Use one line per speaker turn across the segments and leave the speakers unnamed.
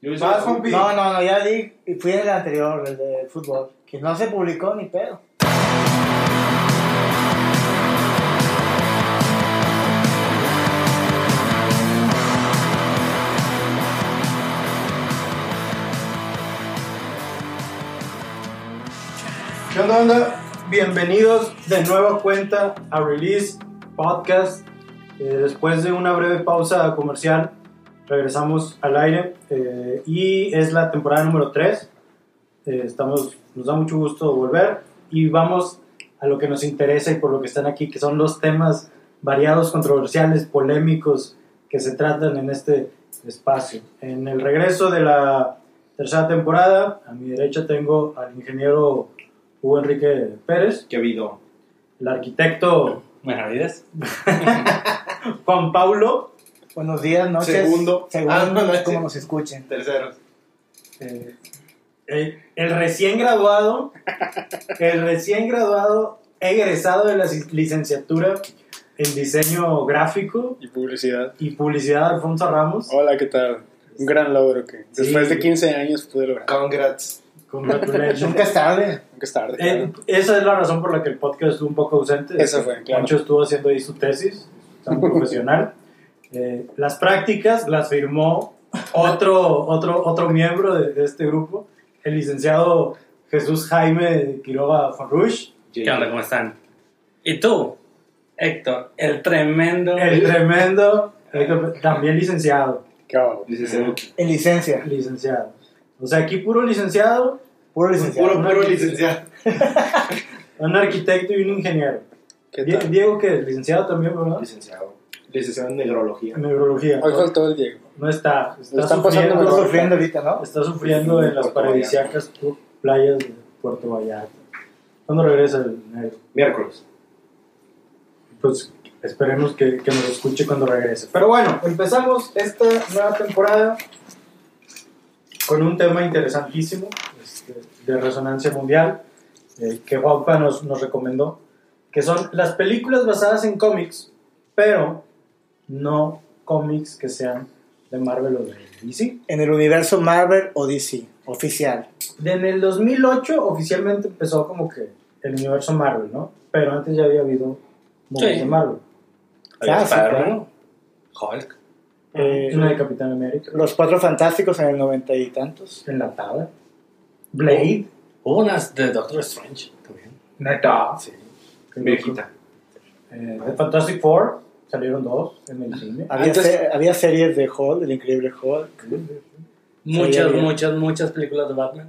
Yo hice
Vas, Juanpi.
No, no, no, ya di, y fui el anterior, el de fútbol, que no se publicó ni pedo.
¿Qué onda, onda? Bienvenidos de nueva cuenta a Release Podcast. Eh, después de una breve pausa comercial, regresamos al aire eh, y es la temporada número 3. estamos, nos da mucho gusto volver y vamos a lo que nos interesa y por lo que están aquí, que son los temas variados, controversiales, polémicos que se tratan en este espacio. En el regreso de la tercera temporada, a mi derecha tengo al ingeniero Hugo Enrique Pérez,
que ha habido.
el arquitecto
Benavides.
Juan Paulo,
Buenos días, noches.
Segundo.
Segundo,
Ah, no, no,
como
sí.
nos escuchen.
Terceros.
eh, el, el recién graduado, el recién graduado egresado de la sis- licenciatura en diseño gráfico
y publicidad.
y publicidad Alfonso Ramos.
Hola, ¿qué tal? Un gran logro que
Sí.
después de 15 años pude lograr.
Congrats.
Congratulations.
Nunca es tarde.
Aunque es tarde.
Eh,
claro.
esa es la razón por la que el podcast estuvo un poco ausente.
Esa fue, claro.
Pancho estuvo haciendo ahí su tesis, tan profesional. Eh, las prácticas las firmó otro, otro, otro miembro de, de este grupo, el licenciado Jesús Jaime Quiroga Fonrush,
¿Qué onda? ¿Cómo están? ¿Y tú? Héctor, el tremendo.
el tremendo, eh, también licenciado,
Qué bárbaro.
Licenciado.
En licencia,
licenciado. O sea, aquí puro licenciado,
puro licenciado.
Puro, puro licenciado.
un arquitecto y un ingeniero.
¿Qué
Die-
tal?
Diego, que es licenciado también, ¿verdad?
Licenciado. Licenciado en neurología.
En neurología.
Hoy faltó el Diego.
No está. Está
Lo están pasando
sufriendo.
Estamos sufriendo ahorita, ¿no?
Está sufriendo en las
Puerto Vallarta.
paradisíacas pu- playas de Puerto Vallarta. ¿Cuándo regresa el negro?
Miércoles.
Pues esperemos que, que nos escuche cuando regrese. Pero bueno, empezamos esta nueva temporada con un tema interesantísimo este, de resonancia mundial eh, que Juanpa nos, nos recomendó, que son las películas basadas en cómics, pero no cómics que sean de Marvel o de DC.
En el universo Marvel o DC, oficial.
En el 2008 oficialmente empezó como que el universo Marvel, ¿no? Pero antes ya había habido movies
Sí.
de Marvel.
Había
Ah, sí,
Spider-Man, Hulk.
Eh,
Una de Capitán América,
los Cuatro Fantásticos en el noventa y tantos.
enlatada. Blade,
Hubo unas de Doctor Strange también.
neta. Sí. Qué
Viejita.
loco. Eh, de Fantastic Four, salieron dos en el cine.
Había,
Antes-
se- había series de Hulk, el increíble Hulk.
Muchas,
había.
muchas, muchas películas de Batman.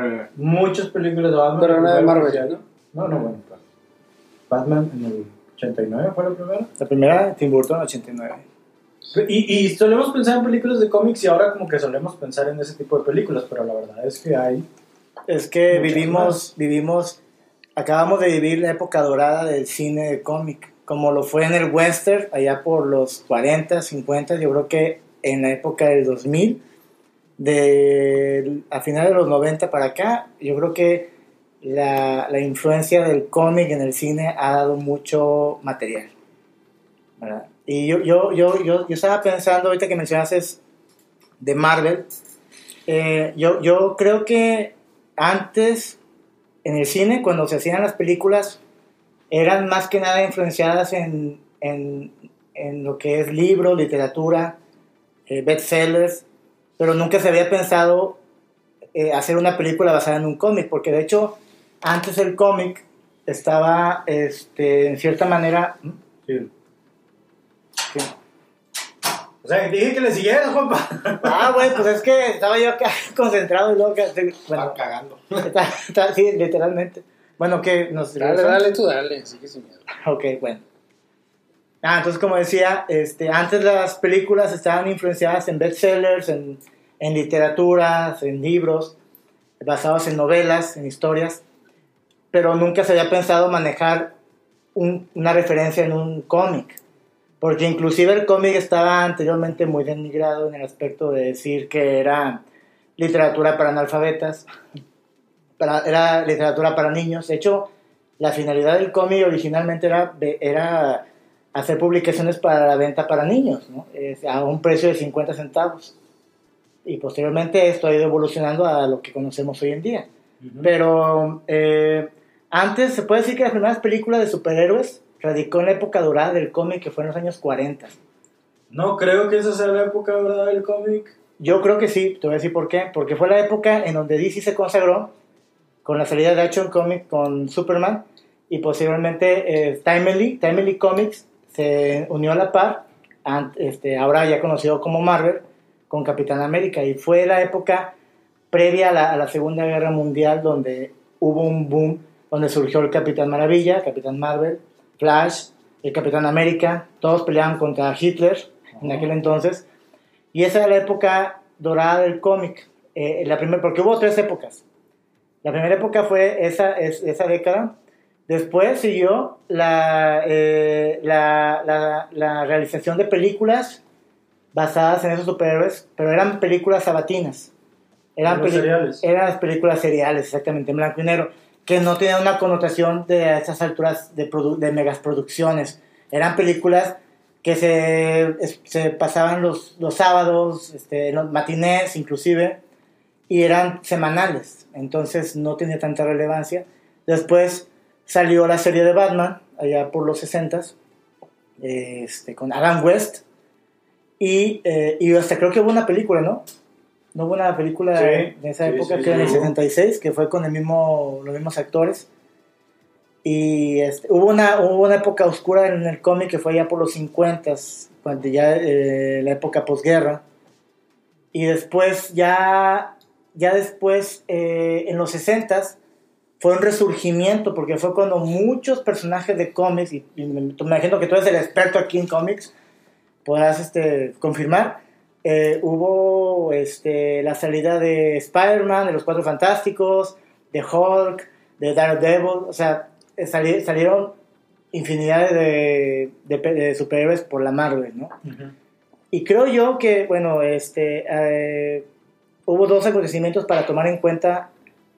Eh,
Muchas películas de Batman.
Pero no de
Primero
Marvel,
oficial.
¿no?
No, no, bueno. claro. Batman en el 89 fue la primera.
La primera, Tim Burton, 89.
Y, y solemos pensar en películas de cómics y ahora como que solemos pensar en ese tipo de películas, pero la verdad es que hay
Es que
Muchas
vivimos, vivimos, acabamos de vivir la época dorada del cine de cómic, como lo fue en el western, allá por los 40, 50, yo creo que en la época del 2000, de, a finales de los 90 para acá, yo creo que la, la influencia del cómic en el cine ha dado mucho material. ¿verdad? Y yo, yo, yo, yo, yo estaba pensando, ahorita que mencionaste de Marvel, eh, yo, yo creo que antes en el cine, cuando se hacían las películas, eran más que nada influenciadas en, en, en lo que es libros, literatura, eh, bestsellers, pero nunca se había pensado eh, hacer una película basada en un cómic, porque de hecho antes el cómic estaba este, en cierta manera... ¿Mm?
Sí.
¿Qué?
O sea, que te dije que le siguieras, Juanpa.
Ah, güey, pues es que estaba yo acá concentrado y luego... que- Bueno,
Estaba cagando.
está- está- sí, literalmente. Bueno, que nos...
Dale, dale, tú dale. Sigue sin miedo.
Ok, bueno. Ah, entonces como decía, este, antes las películas estaban influenciadas en bestsellers, en, en literaturas, en libros, basados en novelas, en historias, pero nunca se había pensado manejar un- una referencia en un cómic, porque inclusive el cómic estaba anteriormente muy denigrado en el aspecto de decir que era literatura para analfabetas, para- era literatura para niños, de hecho la finalidad del cómic originalmente era, ve- era hacer publicaciones para la venta para niños, ¿no? Es a un precio de 50 centavos. y posteriormente esto ha ido evolucionando a lo que conocemos hoy en día. Pero eh, antes se puede decir que las primeras películas de superhéroes radicó en la época dorada del cómic que fue en los años 40.
No creo que esa sea la época dorada del cómic.
Yo creo que sí, te voy a decir por qué. Porque fue la época en donde DC se consagró con la salida de Action Comics con Superman y posiblemente eh, Timely, Timely Comics se unió a la par, an- este, ahora ya conocido como Marvel, con Capitán América. Y fue la época previa a la, a la Segunda Guerra Mundial donde hubo un boom, donde surgió el Capitán Maravilla, Capitán Marvel, Flash, el Capitán América, todos peleaban contra Hitler en aquel entonces. Y esa era la época dorada del cómic. Eh, la primer, porque hubo tres épocas. La primera época fue esa, es- esa década. Después siguió la, eh, la, la- la realización de películas basadas en esos superhéroes, pero eran películas sabatinas. Eran,
Los
peli-
seriales.
eran las películas seriales, exactamente, en blanco y negro, que no tenían una connotación de esas alturas de, produ- de megaproducciones. Eran películas que se, es- se pasaban los, los sábados, este, los matinés inclusive, y eran semanales, entonces no tenía tanta relevancia. Después salió la serie de Batman, allá por los 60s, este, con Adam West, y, eh, y hasta creo que hubo una película, ¿no? No hubo una película
Sí,
de esa
sí,
época
sí,
que
sí,
en el
hubo.
76, que fue con el mismo, los mismos actores. Y este, hubo, una, hubo una época oscura en el cómic que fue ya por los 50, cuando ya eh, la época posguerra. Y después, ya, ya después, eh, en los 60 fue un resurgimiento, porque fue cuando muchos personajes de cómics, y, y me, me imagino que tú eres el experto aquí en cómics, podrás este, confirmar, eh, hubo este, la salida de Spider-Man, de los Cuatro Fantásticos, de Hulk, de Daredevil, o sea, eh, sali- salieron infinidad de, de pe- de superhéroes por la Marvel, ¿no? Y creo yo que, bueno, este, eh, hubo dos acontecimientos para tomar en cuenta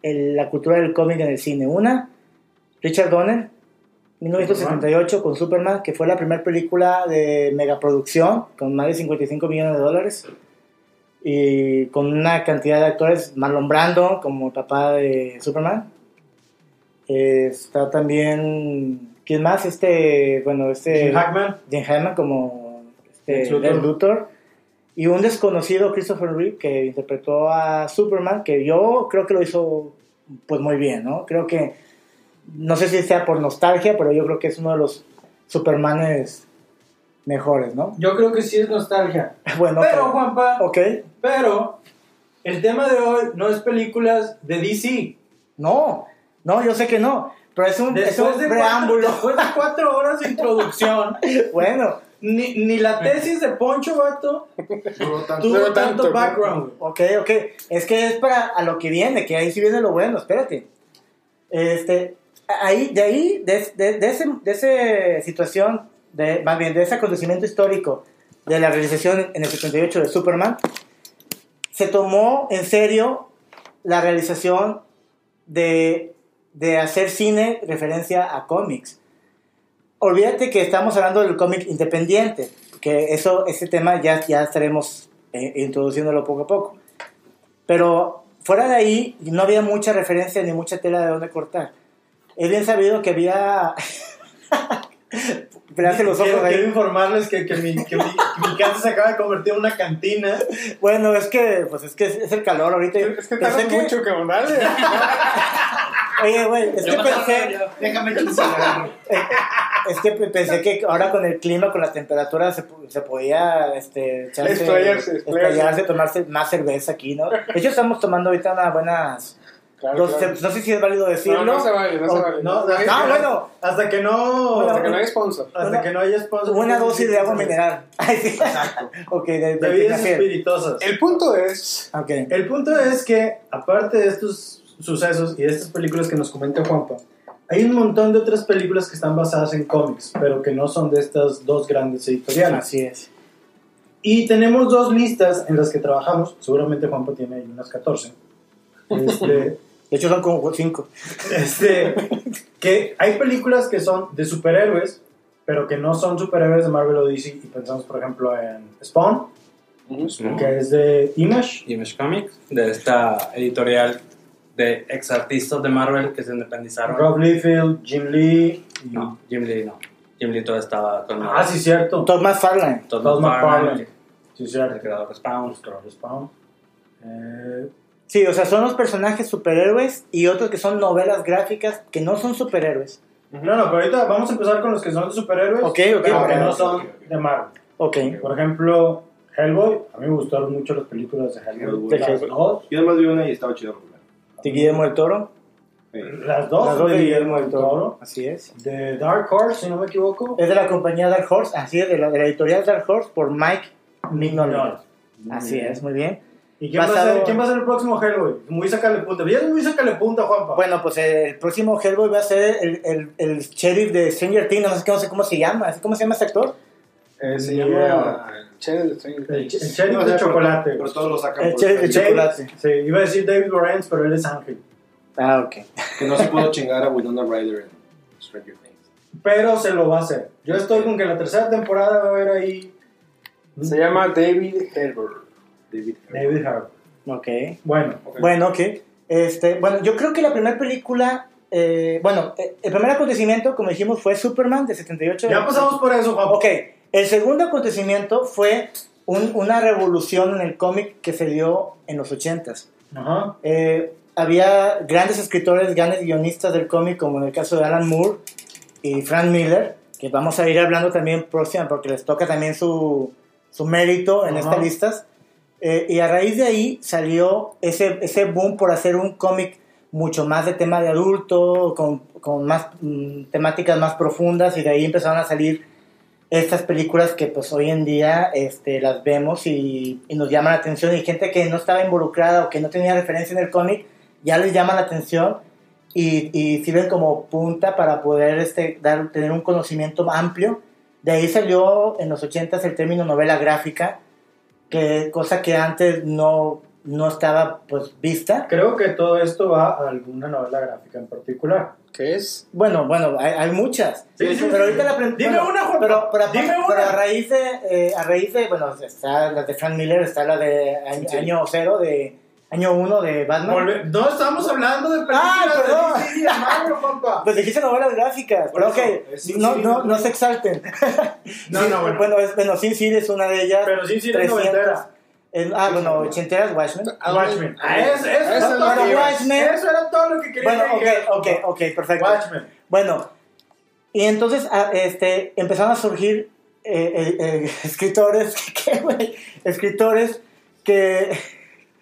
el- la cultura del cómic en el cine. Una, Richard Donner, 1978, con Superman, que fue la primera película de megaproducción, con más de 55 millones de dólares, y con una cantidad de actores, Marlon Brando, como el papá de Superman. Eh, está también, ¿quién más? Este, bueno, este...
Jim Hackman.
Jim Hammond como este,
Lex Luthor.
Lex Luthor y un desconocido Christopher Reeve que interpretó a Superman que yo creo que lo hizo pues muy bien no creo que no sé si sea por nostalgia pero yo creo que es uno de los Supermanes mejores no
Yo creo que sí es nostalgia.
bueno
pero, Juanpa,
ok
pero el tema de hoy no es películas de DC.
no no yo sé que no pero es un, es
Después
un
de, cuatro,
preámbulo
después de cuatro horas de introducción,
bueno
ni, ni la tesis de Poncho Vato
Duró tanto.
tuvo
Pero
tanto,
tanto, ¿no?
background. güey.
Ok, ok. Es que es para a lo que viene, que ahí sí viene lo bueno, espérate. Este, ahí, de ahí, de, de, de ese- de esa situación, de, más bien de ese acontecimiento histórico de la realización en el 78 de Superman, se tomó en serio la realización de, de hacer cine referencia a cómics. Olvídate que estamos hablando del cómic independiente, que eso, ese tema ya, ya estaremos eh, introduciéndolo poco a poco. Pero fuera de ahí no había mucha referencia ni mucha tela de dónde cortar. Es bien sabido que había... Pelaste los ojos
quiero,
ahí.
quiero informarles que, que mi, que mi- que mi casa se acaba de convertir en una cantina.
Bueno, es que, pues es que es, es el calor ahorita.
Es que
Pensé
tardan
que-
mucho, cabrón. Dale.
Oye, güey, es que pensé,
Déjame que cigarro.
es que pe- pensé que ahora con el clima, con la temperatura, se, po- se podía este, echarse,
Explayarse, explayarse.
explayarse, tomarse más cerveza aquí, ¿no? De hecho, estamos tomando ahorita unas buenas...
Claro,
No,
Ah, claro.
sé- no sé si es válido decirlo.
No, no se vale, no se
O-
vale.
No,
Hasta
Ah, bueno,
Hasta que no.
que no hay sponsor.
hasta
Una-
que no haya sponsor.
buena dosis de agua mineral. Ay, sí.
Exacto.
Ok, de, de
Bebidas
Peñafiel.
espirituosas.
El punto es.
Ok.
El punto es que, aparte de estos sucesos y de estas películas que nos comenta Juanpa, hay un montón de otras películas que están basadas en cómics, pero que no son de estas dos grandes editoriales.
Así es.
Y tenemos dos listas en las que trabajamos. Seguramente Juanpa tiene ahí unas 14. Este,
De hecho, son como cinco.
este, que hay películas que son de superhéroes, pero que no son superhéroes de Marvel o DC. Y pensamos, por ejemplo, en Spawn, que es de Image.
Image Comics, de esta editorial de ex artistas de Marvel que se independizaron.
Rob Liefeld, Jim Lee. y-
No, Jim Lee no. Jim Lee todavía estaba con
Ah, sí, cierto.
Todd McFarlane.
Todd
Todd
McFarlane,
McFarlane. Sí,
el
cierto.
creador de Spawn, creo.
Spawn. Eh,
Sí, o sea, son los personajes superhéroes y otros que son novelas gráficas que no son superhéroes.
no, no, pero ahorita vamos a empezar con los que son de superhéroes.
Ok, ok,
pero que
ok.
no son de Marvel.
Ok.
Por ejemplo, Hellboy. A mí me gustaron mucho las películas de Hellboy.
De
las
Hellboy.
dos.
Yo nomás vi una y estaba chido. Eh,
De Guillermo del Toro.
Eh, Las dos.
Las dos de Guillermo
del Toro.
Así es.
De Dark Horse, si no me equivoco.
Es de la compañía Dark Horse, así es, de la, de la editorial Dark Horse por Mike Mignola.
Muy
Así
bien.
es, muy bien.
¿Y quién va, a
Basado-
ser, quién va a ser el próximo Hellboy? Muy sacale punta. Pues Ya es muy sacale punta, Juanpa.
Bueno, pues eh, el próximo Hellboy va a ser el, el, el sheriff de Stranger Things, no sé, qué- no sé cómo se llama, ¿Así cómo se llama este actor?
Eh, se
Yeah.
llama Channel
el,
Strange.
ch- el sheriff de chocolate.
Pero todos lo sacan
El
por
sheriff de
salir.
chocolate.
Sí, iba a decir David Lorenz, pero él es Ángel.
Ah, ok.
Que no se pudo chingar a Winona Ryder en Stranger Things.
Pero se lo va a hacer. Yo estoy con que la tercera temporada va a haber ahí
Se llama David Herbert.
David Harbour.
David Harbour.
Ok.
Bueno,
Bueno, ok. Este, bueno, yo creo que la primera película, eh, bueno, eh, el primer acontecimiento, como dijimos, fue Superman de 78.
ya pasamos por eso, Juanpa.
Ok, el segundo acontecimiento fue un- una revolución en el cómic que se dio en los 80s.
Ajá.
Eh, había grandes escritores, grandes guionistas del cómic, como en el caso de Alan Moore y Frank Miller, que vamos a ir hablando también próxima, porque les toca también su, su mérito en
Ajá.
estas listas. Eh, y a raíz de ahí salió ese, ese boom por hacer un cómic mucho más de tema de adulto, con, con más mm, temáticas más profundas, y de ahí empezaron a salir estas películas que pues hoy en día este, las vemos y, y nos llaman la atención y gente que no estaba involucrada o que no tenía referencia en el cómic ya les llama la atención y, y sirven como punta para poder este, dar, tener un conocimiento amplio. De ahí salió en los 80s el término novela gráfica, que cosa que antes no, no estaba pues vista.
Creo que todo esto va a alguna novela gráfica en particular.
¿Qué es?
Bueno, bueno, hay, hay muchas.
Sí, sí,
pero
sí.
ahorita la prim-
Dime
bueno,
una, Juan.
Pero, pero,
Dime
pero
una.
a raíz de, eh, a raíz de, bueno, está la de Frank Miller, está la de año, año cero, de año uno de Batman.
Volve- No estamos hablando de
Ah,
películas
perdón.
de DC, hermano, Juanpa.
Pues dijiste novelas gráficas,
Por
pero ok,
eso, eh, sí,
no,
sí,
no,
sí.
no se exalten.
No,
Sí,
no, bueno.
es, bueno, sí, sí, es una de ellas.
Pero sí, sí, es
300.
noventera.
El- ah, bueno, ochenteras, Watchmen.
Watchmen. Ah, eso, eso,
Eso
era
es lo
todo
que
lo-
iba. Watchmen.
eso era todo lo que quería
Bueno, ok,
que dijera,
ok,
Juanpa.
ok, perfecto.
Watchmen.
Bueno, y entonces a- este, empezaron a surgir eh, eh, eh, escritores, ¿qué, güey? escritores que,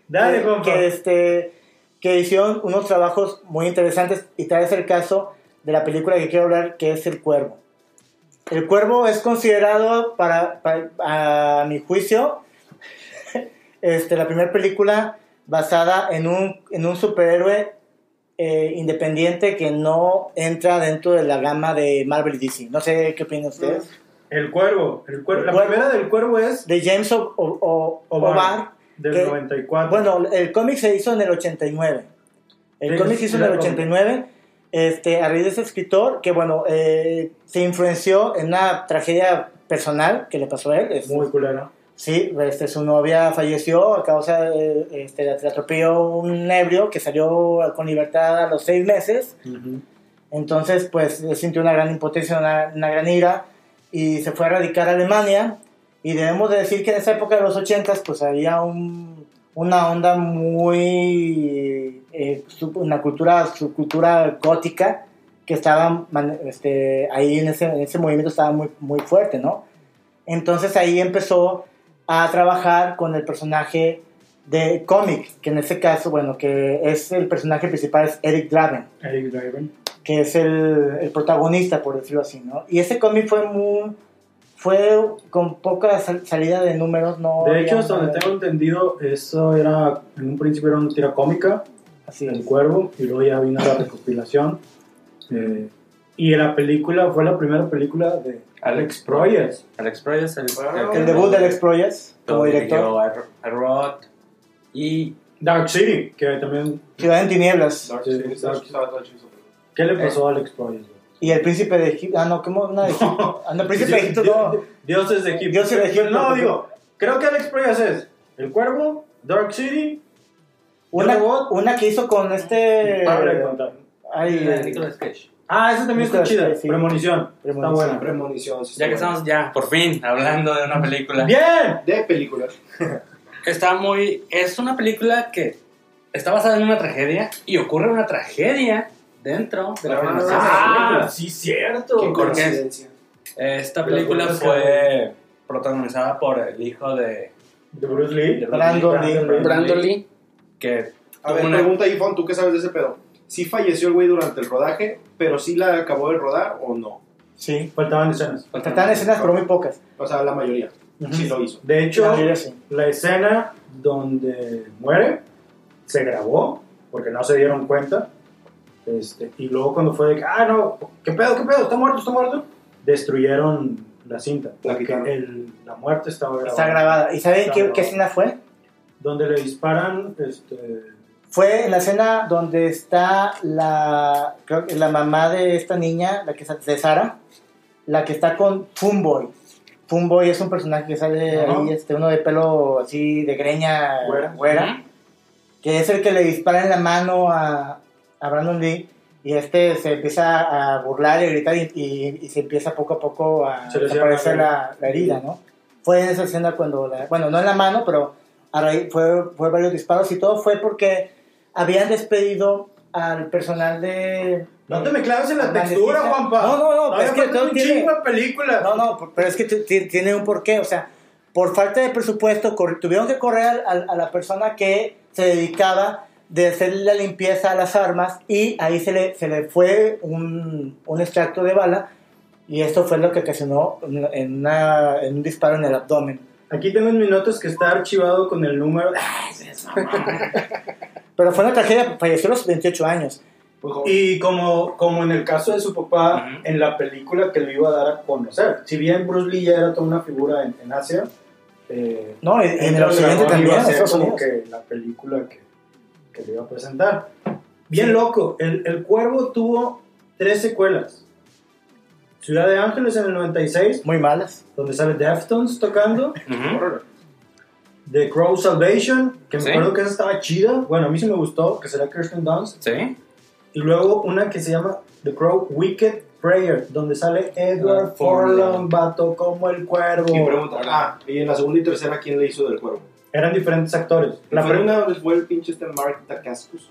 Dale,
que-
Juanpa.
Eh, que, este, que hicieron unos trabajos muy interesantes y tal es el caso de la película que quiero hablar que es El Cuervo. El Cuervo es considerado para, para- a mi juicio este, la primera película basada en un, en un superhéroe eh, independiente que no entra dentro de la gama de Marvel y DC. No sé qué opinan ustedes.
El cuervo. El cuervo.
El
La
cuervo.
primera del cuervo es
De James O- O- O-
Obar.
Obar
del
¿Qué?
94.
Bueno, el cómic se hizo en el 89. El
Sí,
cómic
sí,
se hizo en el
claro.
89 este, a raíz de ese escritor que, bueno, eh, se influenció en una tragedia personal que le pasó a él. Es-
muy culera.
sí, este, su novia falleció a causa de este, le atropelló un ebrio que salió con libertad a los seis meses. Entonces, pues él sintió una gran impotencia, una, una gran ira y se fue a radicar a Alemania. Y debemos de decir que en esa época de los 80 pues había un- una onda muy. eh, sub- una cultura, subcultura gótica que estaba man- este, ahí en ese, en ese movimiento, estaba muy, muy fuerte, ¿no? Entonces ahí empezó a trabajar con el personaje de cómic, que en este caso, bueno, que es el personaje principal, es Eric Draven
Eric Draven.
que es el, el protagonista, por decirlo así, ¿no? Y ese cómic fue muy... Fue con poca sal- salida de números, no...
De hecho,
había
hasta donde
nada.
tengo entendido, eso era. En un principio era una tira cómica,
Así
El
es.
Cuervo, y luego ya vino la recopilación. Eh, y la película fue la primera película de Alex
Alex,
Proyas.
Alex Proyas, el,
Wow.
El debut de Alex Proyas como
Lo
director.
dirigió a- a Rod y
Dark City, que también.
Ciudad en Tinieblas.
Dark
Sí,
City,
Dark
Dark City, Dark City.
¿Qué le pasó a Alex Proyas?
Y El Príncipe de Egipto. Ah, no, ¿cómo? Una de Egipto. Ah, no, Príncipe de Egipto
Dios-
no.
Dioses de Egipto.
Dioses de Egipto.
No, digo, Creo que Alex Proyas es El Cuervo, Dark City,
Una,
Yo robot.
una que hizo con este.
Pablo de Contar.
Ay,
Nicolas Cage.
Ah, esa también está
Nicolas
chida.
Cage, sí.
Premonición. Está
Premonición.
buena.
Premonición. sí,
Ya que
bueno.
estamos ya, por fin, hablando de una película.
¡Bien!
De películas.
Está muy... Es una película que está basada en una tragedia y ocurre una tragedia dentro de la
Ah,
filmación. de la película.
Ah,
película.
sí, cierto.
Qué
¿Por qué?
coincidencia.
Esta
Pero
película
bueno, es que-
fue protagonizada por el hijo de,
De Bruce
de
Lee.
Bruce
Brandon Lee.
Brandon Lee.
que
A ver,
Una-
pregunta ahí, Fon, ¿tú qué sabes de ese pedo? ¿Sí falleció el güey durante el rodaje, pero sí la acabó de rodar o no?
sí.
Faltaban escenas.
Tratan escenas, pero muy pocas.
O sea, la mayoría. Sí lo hizo.
De
La
hecho,
mayoría sí.
la escena donde muere se grabó porque no se dieron cuenta. Este, y luego cuando fue de que, ah, no, ¿qué pedo, qué pedo? ¿Está muerto, está muerto? Destruyeron la cinta.
La
porque
quitaron.
el- la muerte estaba grabada.
Está grabada. ¿Y saben
Está
qué,
grabada.
qué escena fue?
Donde le disparan, este...
Fue en la escena donde está la, creo que la mamá de esta niña, la que es de Sara, la que está con Funboy. Funboy es un personaje que sale
Ajá.
ahí, este, uno de pelo así de greña
Güera.
güera, que es el que le dispara en la mano a, a Brandon Lee. Y este se empieza a burlar y a gritar y, y- y se empieza poco a poco a
Se lesiona
desaparecer
la-
la, la herida, ¿no? Fue en esa escena cuando, la- bueno, no en la mano, pero a raíz- fue, fue varios disparos y todo fue porque habían despedido al personal de...
No te me claves en la
Amaneciste.
textura, Juanpa.
No, no, no, pero es que
es
todo
un
tiene-
chingo de película.
No, no, por- pero es que ti- ti- tiene un porqué, o sea, por falta de presupuesto cor- tuvieron que correr al- a, la persona que se dedicaba de hacer la limpieza a las armas y ahí se le, se le fue un, un extracto de bala y esto fue lo que ocasionó en, en una- en un disparo en el abdomen.
Aquí tengo en mis notas que está archivado con el número.
Pero fue una tragedia, falleció a los 28 años.
Pues, jo-
Y como, como en el caso de su papá,
Ujú.
en la película que lo iba a dar a conocer. Si bien Bruce Lee ya era toda una figura en, en Asia, eh,
No, y- y en el
Enter
occidente
Dragon
también,
iba a
en
ser
Estados
como
Unidos.
que la película que, que le iba a presentar. Bien loco, el, el Cuervo tuvo tres secuelas. Ciudad de Ángeles en el 96,
Muy malas.
donde sale Deftones tocando.
Ujú.
Órale.
The Crow Salvation, que me
Sí.
acuerdo que esa estaba chida. Bueno, a mí sí me gustó, que será Kirsten Dunst.
Sí.
Y luego una que se llama The Crow Wicked Prayer, donde sale Edward
Ah, Furlong.
Forlong, vato como el
Y
cuervo.
pregunta, ah, y en la segunda y tercera, ¿quién le hizo del cuervo?
Eran diferentes actores. La
La
pre-
primera fue el pinche este Mark Dacascus.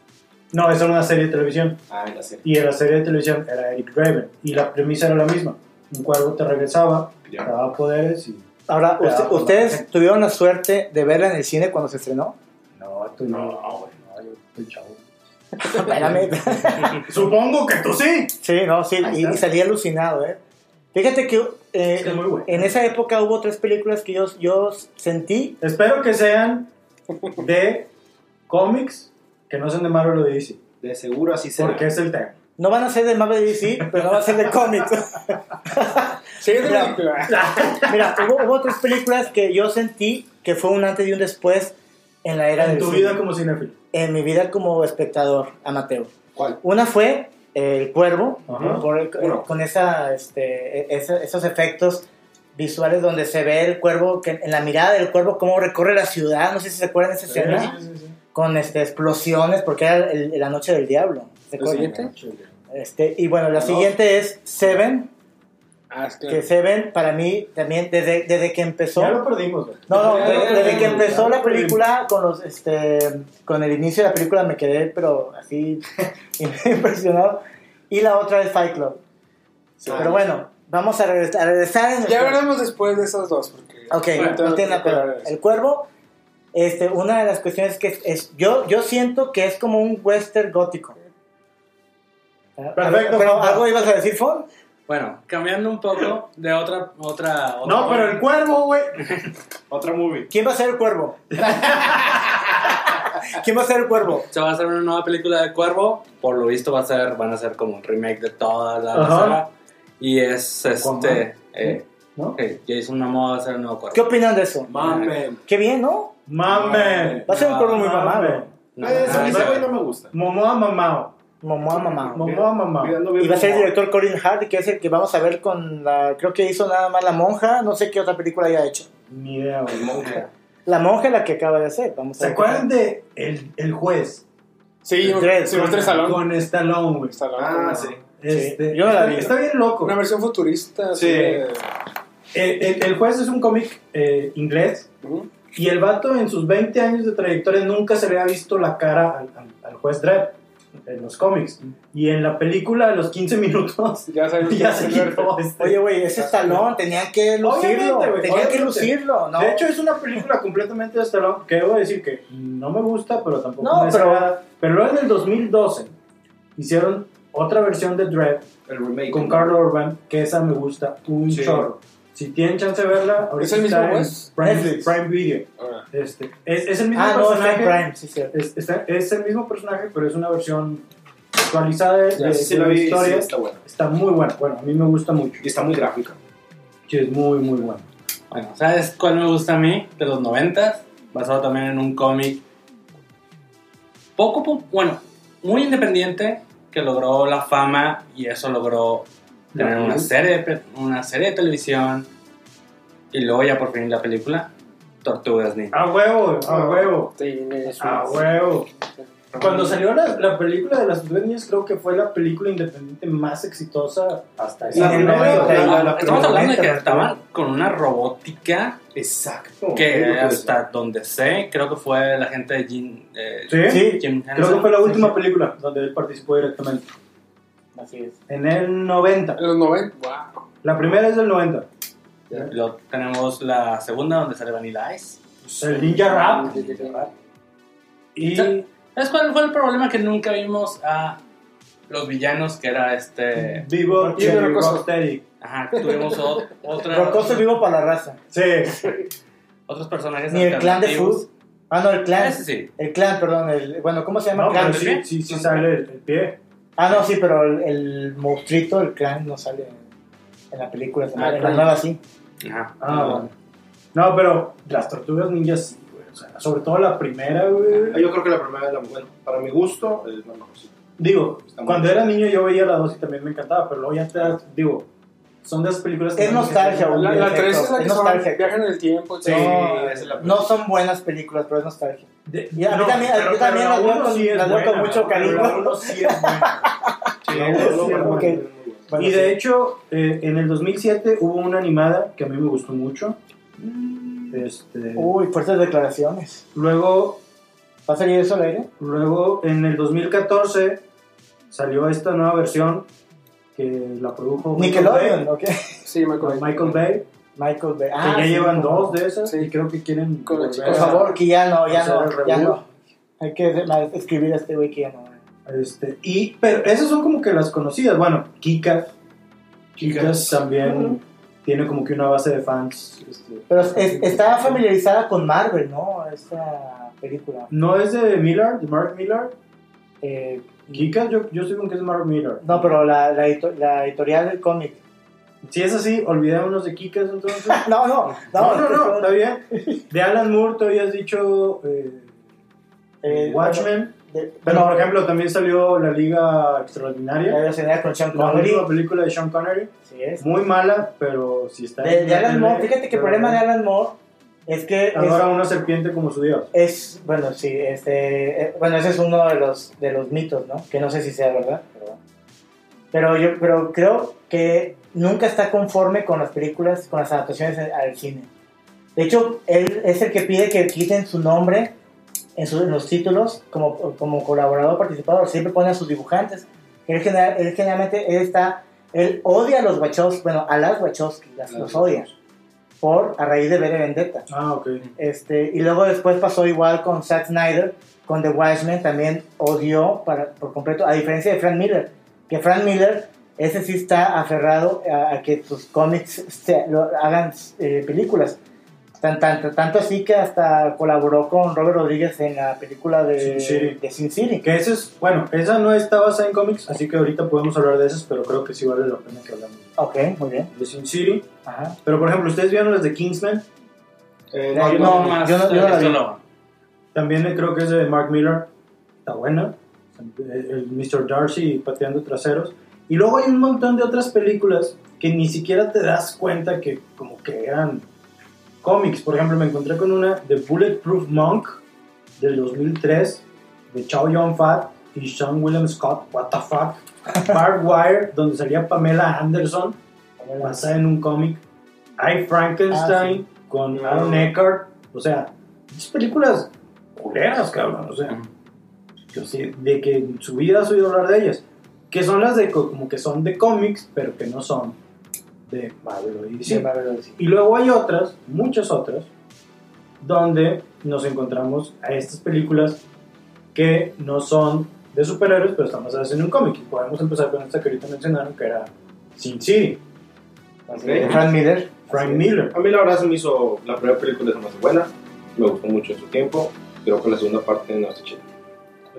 no, esa era una serie de televisión.
Ah, en la serie.
Y en la serie de televisión era Eric Draven. Y la premisa era la misma. Un cuervo te regresaba, te
Ya.
daba poderes y...
Ahora,
Pero, pues, eh.
usted-
no, no,
¿ustedes tuvieron la suerte de verla en el cine cuando se estrenó?
No, tú no, güey. No, yo estoy chavo.
Espérame.
Supongo que tú sí.
Sí, no, sí,
Ahí
y,
está.
y salí alucinado, ¿eh? Fíjate que eh,
Es que es muy bueno.
en esa época hubo tres películas que yo, yo sentí.
Espero que sean de cómics, que no sean de Marvel o de DC.
De seguro así será.
Porque es el tema.
No van a ser de Marvel y DC, pero no van a ser de cómics.
Sí, es de
Ya.
película.
Mira, hubo, hubo tres películas que yo sentí que fue un antes y un después en la era
En
del
tu
cine.
vida como cinéfilo.
En mi vida como espectador amateur.
¿Cuál?
Una fue eh, El Cuervo,
Ajá.
por el-
Cuervo.
con esa, este, e- esa- esos efectos visuales donde se ve el cuervo, que en la mirada del cuervo, cómo recorre la ciudad. No sé si se acuerdan de esa escena. con este, explosiones, porque era el- la noche del diablo. ¿se
¿La
acuerdan?
siguiente?
Este, y bueno, la
No.
siguiente es Seven,
Ah, es claro.
que Seven para mí también, desde, desde que empezó...
Ya lo perdimos, güey.
No, no,
Ya lo
desde, desde que
perdimos,
empezó
ya lo
la película, con, los, este, con el inicio de la película me quedé, pero así impresionado. Y la otra es Fight Club. pero bueno, vamos a regresar. A regresar en
Ya
nuestro-
hablaremos después de esas dos. Porque
Ok,
Ahorita
no tiene nada que ver. El cuervo, este, una de las cuestiones que es, es- yo, yo siento que es como un western gótico. Ah,
Perfecto.
Pero algo ibas a decir, Fon.
Bueno, cambiando un poco de otra... otra, otra
No, pero el cuervo, güey.
Otra movie.
¿Quién va a ser el cuervo? ¿Quién va a ser el cuervo?
Se va a hacer una nueva película de Cuervo. Por lo visto va a ser, van a ser como un remake de toda la
Ajá.
saga. Y es este...
Aquaman.
eh,
¿No?
eh, Jason Momoa va a ser el nuevo
¿Qué
Cuervo.
opinan de eso?
Mamen.
Qué bien, ¿no?
Mame.
Va a ser un cuervo
Ah,
muy mamado.
No, no,
Eh, ese-
no.
Ese güey no me gusta.
Momoa mamado.
Momoa mamá.
Momoa mamado.
Mirando bien
Y va a ser el
como-
director Corin Hart, que es el que vamos a ver con la. Creo que hizo nada más La Monja, no sé qué otra película haya hecho.
Ni idea, güey.
El monje.
La monja es la que acaba de hacer. Vamos a
¿Se
ver.
acuerdan de el, el juez?
Sí,
Tres,
Silvestre Stallone.
ah, Con Stallone, güey.
Stallone.
Ah, sí.
Este,
yo la
está-
vi.
Está bien loco.
Una versión futurista.
Sí.
Sí.
El, el- el juez es un cómic eh, inglés y el vato en sus 20 años de trayectoria nunca se le ha visto la cara al, al- al juez Dredd en los cómics. Y en la película de los 15 minutos
Ya sabes.
ya se quitó. este.
Oye, güey, ese talón tenían que lucirlo.
Obviamente, güey,
Tenían que
obviamente.
lucirlo, ¿no?
De hecho, es una película completamente de Stallone que debo decir que no me gusta, pero tampoco
No,
me
pero-
desagrada. Pero luego en el 2012 hicieron otra versión de Dredd
El remake.
con Carlo Urban, que esa me gusta un
Sí.
chorro. Si tienen chance de verla, ahorita
¿Es el mismo
está en
juez?
Prime,
Netflix.
Prime Video.
Ahora,
Este, es, es el mismo
ah, no, está en
personaje.
Prime, sí, cierto.
es, está- es el mismo personaje, pero es una versión actualizada de,
Ya,
de-
Sí, sí,
de
la
la
vi. sí,
historia.
está bueno.
Está muy buena. Bueno, a mí me gusta mucho.
Y está muy gráfica.
Sí, es muy, muy buena.
Bueno, ¿sabes cuál me gusta a mí? De los noventas, basado también en un cómic poco, po- bueno, muy independiente, que logró la fama y eso logró tener
Ujú.
una serie, de pe- una serie de televisión y luego ya por fin la película, Tortugas Ninja.
A huevo, a huevo.
tienes
A
un-
huevo. Ah. Cuando salió la, la película de las Tortugas Ninjas, creo que fue la película independiente más exitosa hasta ese
La
momento.
primera, la- la- la-
Estamos
pero
hablando de que
neta,
estaban con una robótica
Exacto.
que
Es lo
hasta donde sé, creo que fue la gente de Jim, eh,
Sí,
Sí,
Jim
Creo que
Henson.
fue la última película donde él participó directamente.
Así es.
En el 90.
En los 90. Wow.
La primera es del 90.
Y Luego tenemos la segunda donde sale Vanilla Ice.
El Ninja Rap. Y
Sí. ¿Sabes cuál fue el problema que nunca vimos a los villanos? Que era este...
Vivo
Y
Cherry
Rocoso.
Rocksteady.
Ajá, tuvimos o- otra-
Rocoso vivo para la raza.
Sí.
otros personajes
Ni el clan de Food. Ah, no, el clan.
Ese sí.
El clan, perdón. El, bueno, ¿cómo se llama
No,
el clan?
pero sí, sí, sí sale el, el pie.
Ah, no, sí, pero el, el monstruito, el clan, no sale en, en la película.
Ah,
en la
claro.
nueva sí.
Ajá.
Ah, bueno. No, pero las tortugas ninjas sí, güey. O sea, sobre todo la primera, güey.
Ah, Yo creo que la primera es la bueno, para mi gusto es la mejor. sí.
Digo,
Está muy
cuando
bien.
era niño yo veía la dos y también me encantaba, pero luego ya te das, digo, son de las películas que
Es
no-
nostalgia, güey.
La, la
Perfecto.
3 es la
Es
que son
nostalgia.
viajan en el tiempo.
Sí,
No,
esa es la primera.
No son buenas películas, pero es nostalgia.
De-
Y a mí también- a mí también
la
las
uno
veo con-
sí es
las veo con
buena,
mucho
pero
cariño.
la uno sí es buena.
Sí,
no,
no,
sí,
no,
como
no,
que-
no, no, no.
Bueno,
y de
sí.
hecho, eh, en el 2007 hubo una animada que a mí me gustó mucho. Este,
Uy, fuertes declaraciones.
Luego
¿Va a salir eso al aire?
Luego, en el 2014, salió esta nueva versión que la produjo Michael
Nickelodeon, ¿ok?
Sí, me
Bay,
acuerdo.
con Michael Bay,
Michael Bay. Ah,
que ya
sí,
llevan
como-
dos de esas
Sí.
y creo que quieren
Con los
volver
chicos.
Por
a-
favor, que ya no, ya
hacer el
no,
reboot.
ya no. Hay que de- ma- escribir a este güey que ya no.
Este, y, pero esas son como que las conocidas. Bueno, Kika. Kika también tiene como que una base de fans. este,
Pero es- es- está familiarizada con Marvel, ¿no? Esta película.
No es de Miller, de Mark Miller.
Eh,
Kika, yo, yo estoy con que es Mark Miller.
no, pero la, la, edito- la editorial del cómic. Ah,
Si es así, olvidémonos de Kika entonces.
No, no,
No,
no.
no, no, está bien. De Alan Moore, tú habías dicho eh,
Eh,
Watchmen.
de-
Pero, por ejemplo, también salió La Liga
La
Extraordinaria.
relacionada con Sean
La
Eh, Connery.
última película de Sean Connery.
Así es.
Muy mala, pero si está...
De,
en
de Alan
la
Moore,
tele,
fíjate que el
pero
problema de Alan Moore es que
Adora a
es,
una serpiente como su dios.
es- bueno, sí, este, eh, bueno, ese es uno de los, de los mitos, ¿no? Que no sé si sea verdad, pero, pero yo pero creo que nunca está conforme con las películas, con las adaptaciones en- al cine. De hecho, él es el que pide que quiten su nombre en, su- en los títulos como, como colaborador participador, siempre pone a sus dibujantes. Él, genera- él generalmente él está, él odia a los Wachowski, bueno, a las Wachowski, las, los odia por a raíz de ver Vendetta.
Ah, ok.
Este, y luego después pasó igual con Zack Snyder, con The Watchmen también odió para, por completo, a diferencia de Frank Miller, que Frank Miller, ese sí está aferrado a, a que sus cómics se- lo- hagan eh, películas. Tan, tan- tanto así que hasta colaboró con Robert Rodríguez en la película de
Sin City.
de Sin City.
Que ese es... Bueno, esa no está basada en cómics, así que ahorita podemos hablar de esas, pero creo que sí vale la pena que hablemos
Ok, muy bien.
de Sin City.
Ajá.
Pero, por ejemplo, ¿ustedes vieron las de Kingsman?
Eh, no,
No,
yo
no,
no.
Nomás,
yo no- yo no la vi.
solo-
También creo que es de Mark Miller. Está buena. El Mr. Darcy pateando traseros. Y luego hay un montón de otras películas que ni siquiera te das cuenta que como que eran cómics. Por ejemplo, me encontré con una de Bulletproof Monk del 2003 de Chow Yun Fat y Sean William Scott. What the fuck? Barbed Wire, donde salía Pamela Anderson, basada en un cómic. I Frankenstein con Aaron Eckhart. O sea, esas películas culeras, cabrón. O sea, yo sé de que en su vida has oído hablar de ellas. Que son las de co- como que son de cómics, pero que no son de Marvel o DC.
Sí, Marvel DC.
Y luego hay otras, muchas otras, donde nos encontramos a estas películas que no son de superhéroes, pero están basadas en un cómic. Y podemos empezar con esta que ahorita mencionaron, que era Sin City,
Ok.
Frank Miller.
Frank Miller.
A mí la verdad se me hizo la primera película se me hace buena, me gustó mucho en su tiempo, creo que la segunda parte no está chida.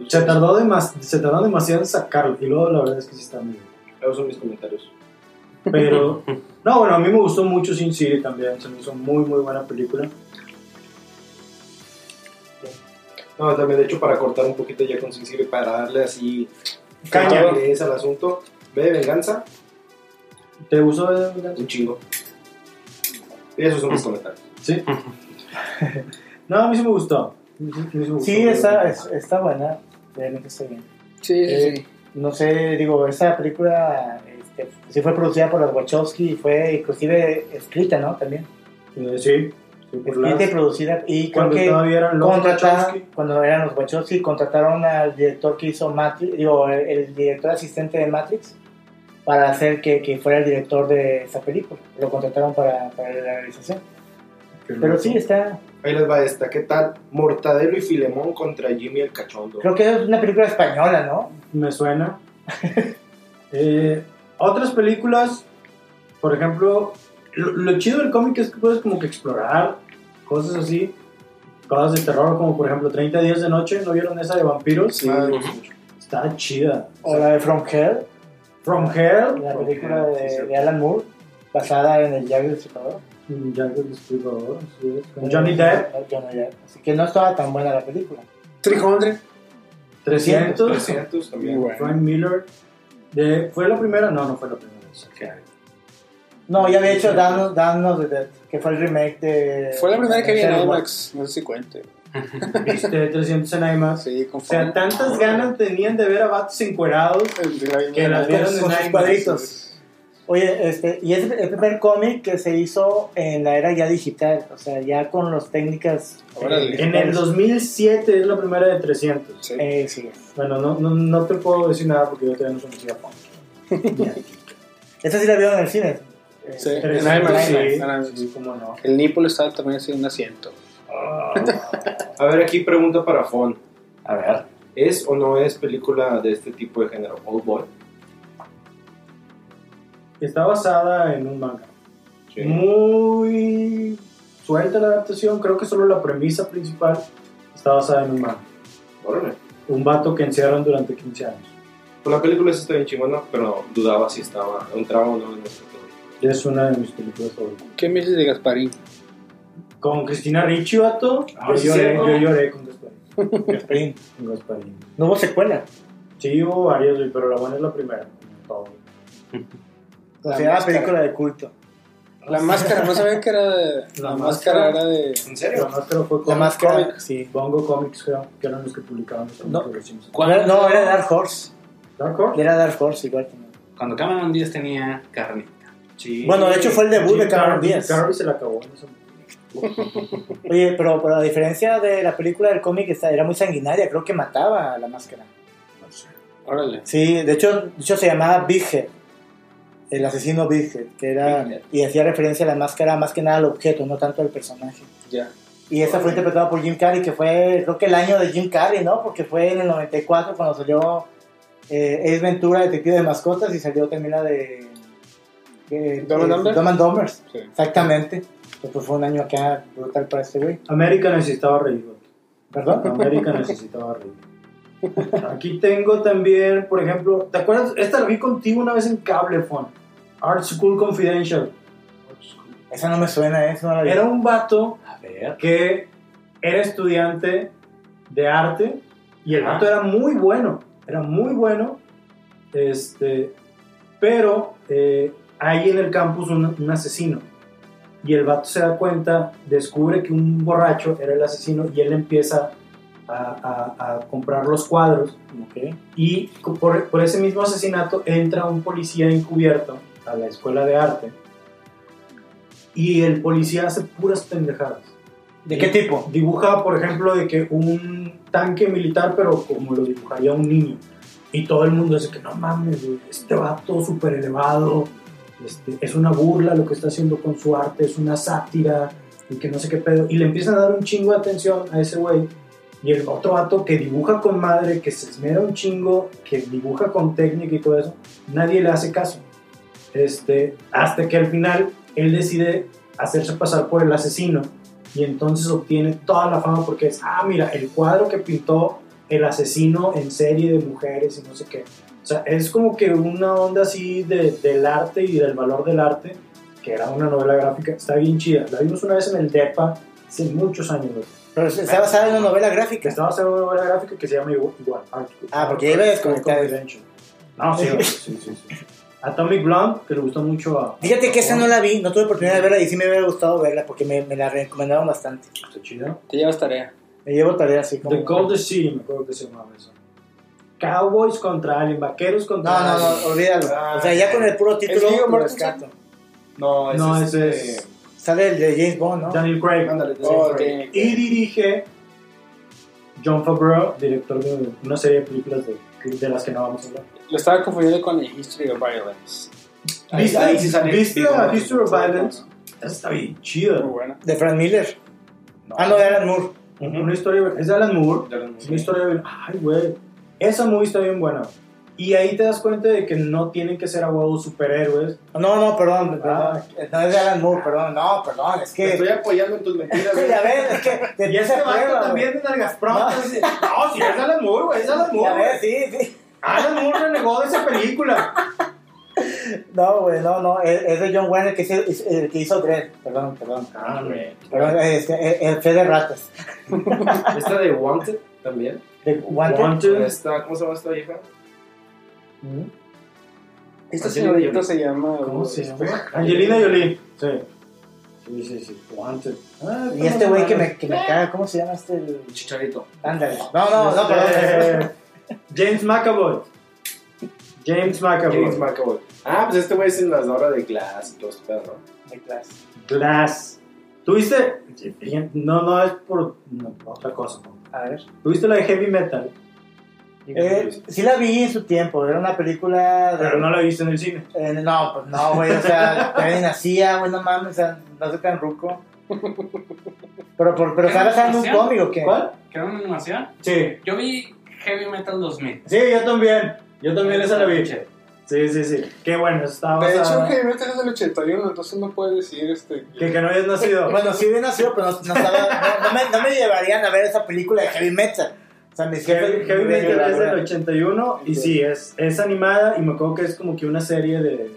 Se tardó, demas- se tardó demasiado en sacarlo, y luego la verdad es que sí está muy bien.
Esos son mis comentarios.
Pero, no, bueno, a mí me gustó mucho Sin City también, se me hizo muy, muy buena película.
No, también de hecho para cortar un poquito ya con Sin City, para darle así
Caña.
que es al asunto, ve de venganza,
¿Te gustó? eh?
un chingo. Esos son mis comentarios.
Sí. No, a mí sí me gustó. A mí sí me gustó.
Sí, está, es- está buena. Realmente está bien.
Sí,
Eh,
sí, sí.
No sé, digo, esa película este, sí fue producida por las Wachowski y fue inclusive escrita, ¿no? También.
Eh, sí. sí, por
Escrita
las-
y producida. Y creo
Cuando
que
todavía eran los
contrataron,
Wachowski.
cuando eran los Wachowski, contrataron al director que hizo Matrix, digo, el, el director asistente de Matrix, para hacer que, que fuera el director de esa película. Lo contrataron para, para la realización. Pero sí, está.
Ahí les va esta, ¿qué tal? Mortadelo y Filemón contra Jimmy el Cachondo.
Creo que es una película española, ¿no?
Me suena. Eh, otras películas, por ejemplo, lo, lo chido del cómic es que puedes como que explorar cosas así, cosas de terror, como por ejemplo 30 días de noche, ¿no vieron esa de vampiros?
Sí,
Ah,
Está chida.
O la de From Hell,
From Hell,
la película de,
sí, sí.
de Alan Moore, basada en el diario del Citador.
mm, Jack el Destripador, sí, es con Johnny Depp,
Pues Johnny Depp. Así que no estaba tan buena la película.
300.
300,
300
Muy
también.
bueno.
Frank Miller. De, ¿Fue la primera? No, no fue la primera.
No, ya había hecho Danos, Danos de Death, que fue el remake de.
Fue la primera que vi en
de-
IMAX. No sé si cuente.
Viste 300 Este, en IMAX.
Sí, con
O sea, tantas ganas tenían de ver a vatos encuerados que las vieron en
con sus
IMAX.
cuadritos. Oye, este, y es el primer cómic que se hizo en la era ya digital, o sea, ya con las técnicas.
Órale.
En el 2007 es la primera de 300.
Sí.
Eh, sí.
Bueno, no, no, no te puedo decir nada porque yo todavía no soy muy Japón.
Esa sí la vieron en el cine.
Sí, en
Pero
IMAX.
sí,
en IMAX.
sí, cómo no.
El nipple estaba también así en un asiento.
Ah. A ver, aquí pregunta para Fon.
A ver.
¿Es o no es película de este tipo de género? Old Boy.
Está basada en un manga. Muy suelta la adaptación, creo que solo la premisa principal está basada en un manga.
Órale.
Un vato que encierran durante 15 años.
Pues la película sí está bien chingona, pero dudaba si estaba, entraba o no en esta categoría.
Es una de mis películas favoritas.
¿Qué me dices de Gasparín?
Con Cristina Ricci, vato,
Ah,
yo,
sí,
lloré,
cierto.
yo lloré con Gasparín.
Gasparín.
Con Gasparín.
No hubo secuela.
Sí, hubo varias, güey, pero la buena es la primera. como todo.
O
La
sea, era
máscara.
película de culto.
La máscara, no sabía que era de.
La
La, máscara
máscara.
era de.
¿En
La
serio?
máscara fue
La
con
máscara. Sí.
Bongo Comics, creo, que eran los que publicaban los cómics
No.
de los Simpsons.
Cuando,
No, era Dark Horse.
Dark Horse.
Era Dark Horse igual también.
cuando Cameron Díaz tenía carnita.
Sí.
Bueno, de hecho fue el debut
Jim
de Cameron
Carrey-
Díaz.
Carrey se la acabó. en ese momento.
Oye, pero, pero a diferencia de la película del cómic, esta era muy sanguinaria. Creo que mataba a la máscara.
Órale.
Sí, de hecho, de hecho se llamaba Big Head, el asesino Big Head, que era
Big Head.
y hacía referencia a la máscara más que nada al objeto, no tanto al personaje.
Ya.
Y esa fue interpretada por Jim Carrey, que fue creo que el año de Jim Carrey, ¿no? Porque fue en el 94 cuando salió eh, Ace Ventura, Detective de Mascotas, y salió también la de... de
Dumb and
de-
Dumber.
Dumb and Dumbers,
Sí.
exactamente. Entonces, Pues fue un año acá brutal para este güey,
América necesitaba reír. güey.
¿verdad?
América necesitaba reír. Aquí tengo también, por ejemplo, ¿te acuerdas? Esta la vi contigo una vez en Cablefon. Art School Confidential.
Esa no me suena, ¿eh? esa no la vi.
Era un vato
A ver.
que era estudiante de arte y el
Ah.
vato era muy bueno, era muy bueno, este, pero eh, hay en el campus un, un asesino Y el vato se da cuenta, descubre que un borracho era el asesino y él empieza a, a- a comprar los cuadros.
Ok.
Y co- por, por ese mismo asesinato entra un policía encubierto a la escuela de arte. Y el policía hace puras pendejadas.
¿De qué tipo?
Dibuja, por ejemplo, de que un tanque militar, pero como lo dibujaría un niño. Y todo el mundo dice que no mames, güey, este vato súper elevado, este, es una burla lo que está haciendo con su arte, es una sátira, y que no sé qué pedo. Y le empiezan a dar un chingo de atención a ese güey. Y el otro vato que dibuja con madre, que se esmera un chingo, que dibuja con técnica y todo eso, nadie le hace caso. Este, hasta que al final él decide hacerse pasar por el asesino y entonces obtiene toda la fama porque es, ah, mira, el cuadro que pintó el asesino en serie de mujeres y no sé qué. O sea, es como que una onda así de- del arte y del valor del arte, que era una novela gráfica, está bien chida. La vimos una vez en el DEPA hace muchos años, güey,
Pero está basada en una novela
que
gráfica.
estaba haciendo una novela gráfica que se llama Igu- igual. Art-
Ah, porque ya iba a desconectar.
Confidential. No, sí, güey, sí, sí, sí. Atomic Blonde, que le gustó mucho a...
Fíjate que esa no la vi, no tuve oportunidad de verla y sí me hubiera gustado verla porque me, me la recomendaron bastante.
Está chida.
Te llevas tarea.
Me llevo tarea así como...
The Golden City, me acuerdo que se llamaba eso. Cowboys contra Alien, Vaqueros contra
No, no, no,
Alien.
olvídalo. O sea, ya con el puro título
¿Es Viggo
lo
Mortensen?
rescato.
No, ese
No,
es.
ese
este,
es-
Sale el de James Bond, ¿no?
Daniel Craig.
Ándale,
Oh,
Craig.
ok.
Y dirige John Favreau, director de una serie de películas de, de las que no vamos a hablar.
Lo estaba confundiendo con The History of Violence.
Ahí-
¿Viste,
ahí sí sale
¿viste
Viggo
a
Mortensen.
History of Violence? Esa Está bien chida.
Muy buena.
De Frank Miller. Ah, no, de Alan Moore.
Una historia, es de Alan Moore. Es una historia bien. Ay, güey. Esa movie está bien buena. Y ahí te das cuenta de que no tienen que ser a huevo superhéroes.
No, no, perdón,
Ah.
perdón. No es de Alan Moore, perdón. No, perdón, es
Te
que...
Estoy apoyando en tus mentiras. güey.
Ya ves, es que... te-
Y
te
este
aprueba,
vato
güey.
también de Nalgas Prontas. No, si es Alan Moore, güey. Es Alan
Ya
Moore.
ves,
güey.
sí, sí.
Alan Moore renegó de esa película.
No, güey, no, no. Es, es de John Wayne el que hizo, es- el que hizo Dredd. Perdón, perdón.
Ah, güey.
Perdón, este, el, el fe de ratas.
Esta de Wanted también.
De Wanted.
Wanted.
Esta, ¿Cómo se llama esta vieja?
Ujú.
Esta
Angelina
señorita
Jolie.
se llama.
¿Cómo se
este,
llama? Angelina Jolie. Sí. Sí, sí, sí. Wanted. Ah,
Y este güey que me, que me caga, ¿cómo se llama este? el-
Chicharito.
Ándale. No, no, no, perdón.
Este, James McAvoy. James McAvoy.
James McAvoy. Ah, pues este güey es en las horas de Glass y todo este pedo, ¿no?
De clase.
Glass. ¿Tuviste? No, no es por no, otra cosa.
A ver.
¿Tuviste la de Heavy Metal?
Eh, sí la vi en su tiempo, era una película de...
Pero no la viste en el cine.
Eh, no, pues no, güey, o sea, también nacía, güey, no mames, o sea, no soy tan ruco. Pero, por, pero está basado en un cómic, ¿o qué?
¿Cuál?
¿Queda una animación?
Sí.
Yo vi Heavy Metal 2000.
Sí, yo también. Yo también esa la vi. Sí, sí, sí. Qué bueno, estaba
De hecho,
basada.
Heavy Metal es del 81, entonces no puedes decir este.
Que, que no hayas nacido.
Bueno, sí hubiera nacido, pero no, no estaba- no- no me, no me llevarían a ver esa película de heavy metal. O sea, mis
Heavy,
jefes...
Heavy
me
Metal es del
llevarían.
81 y sí, es, es animada y me acuerdo que es como que una serie de...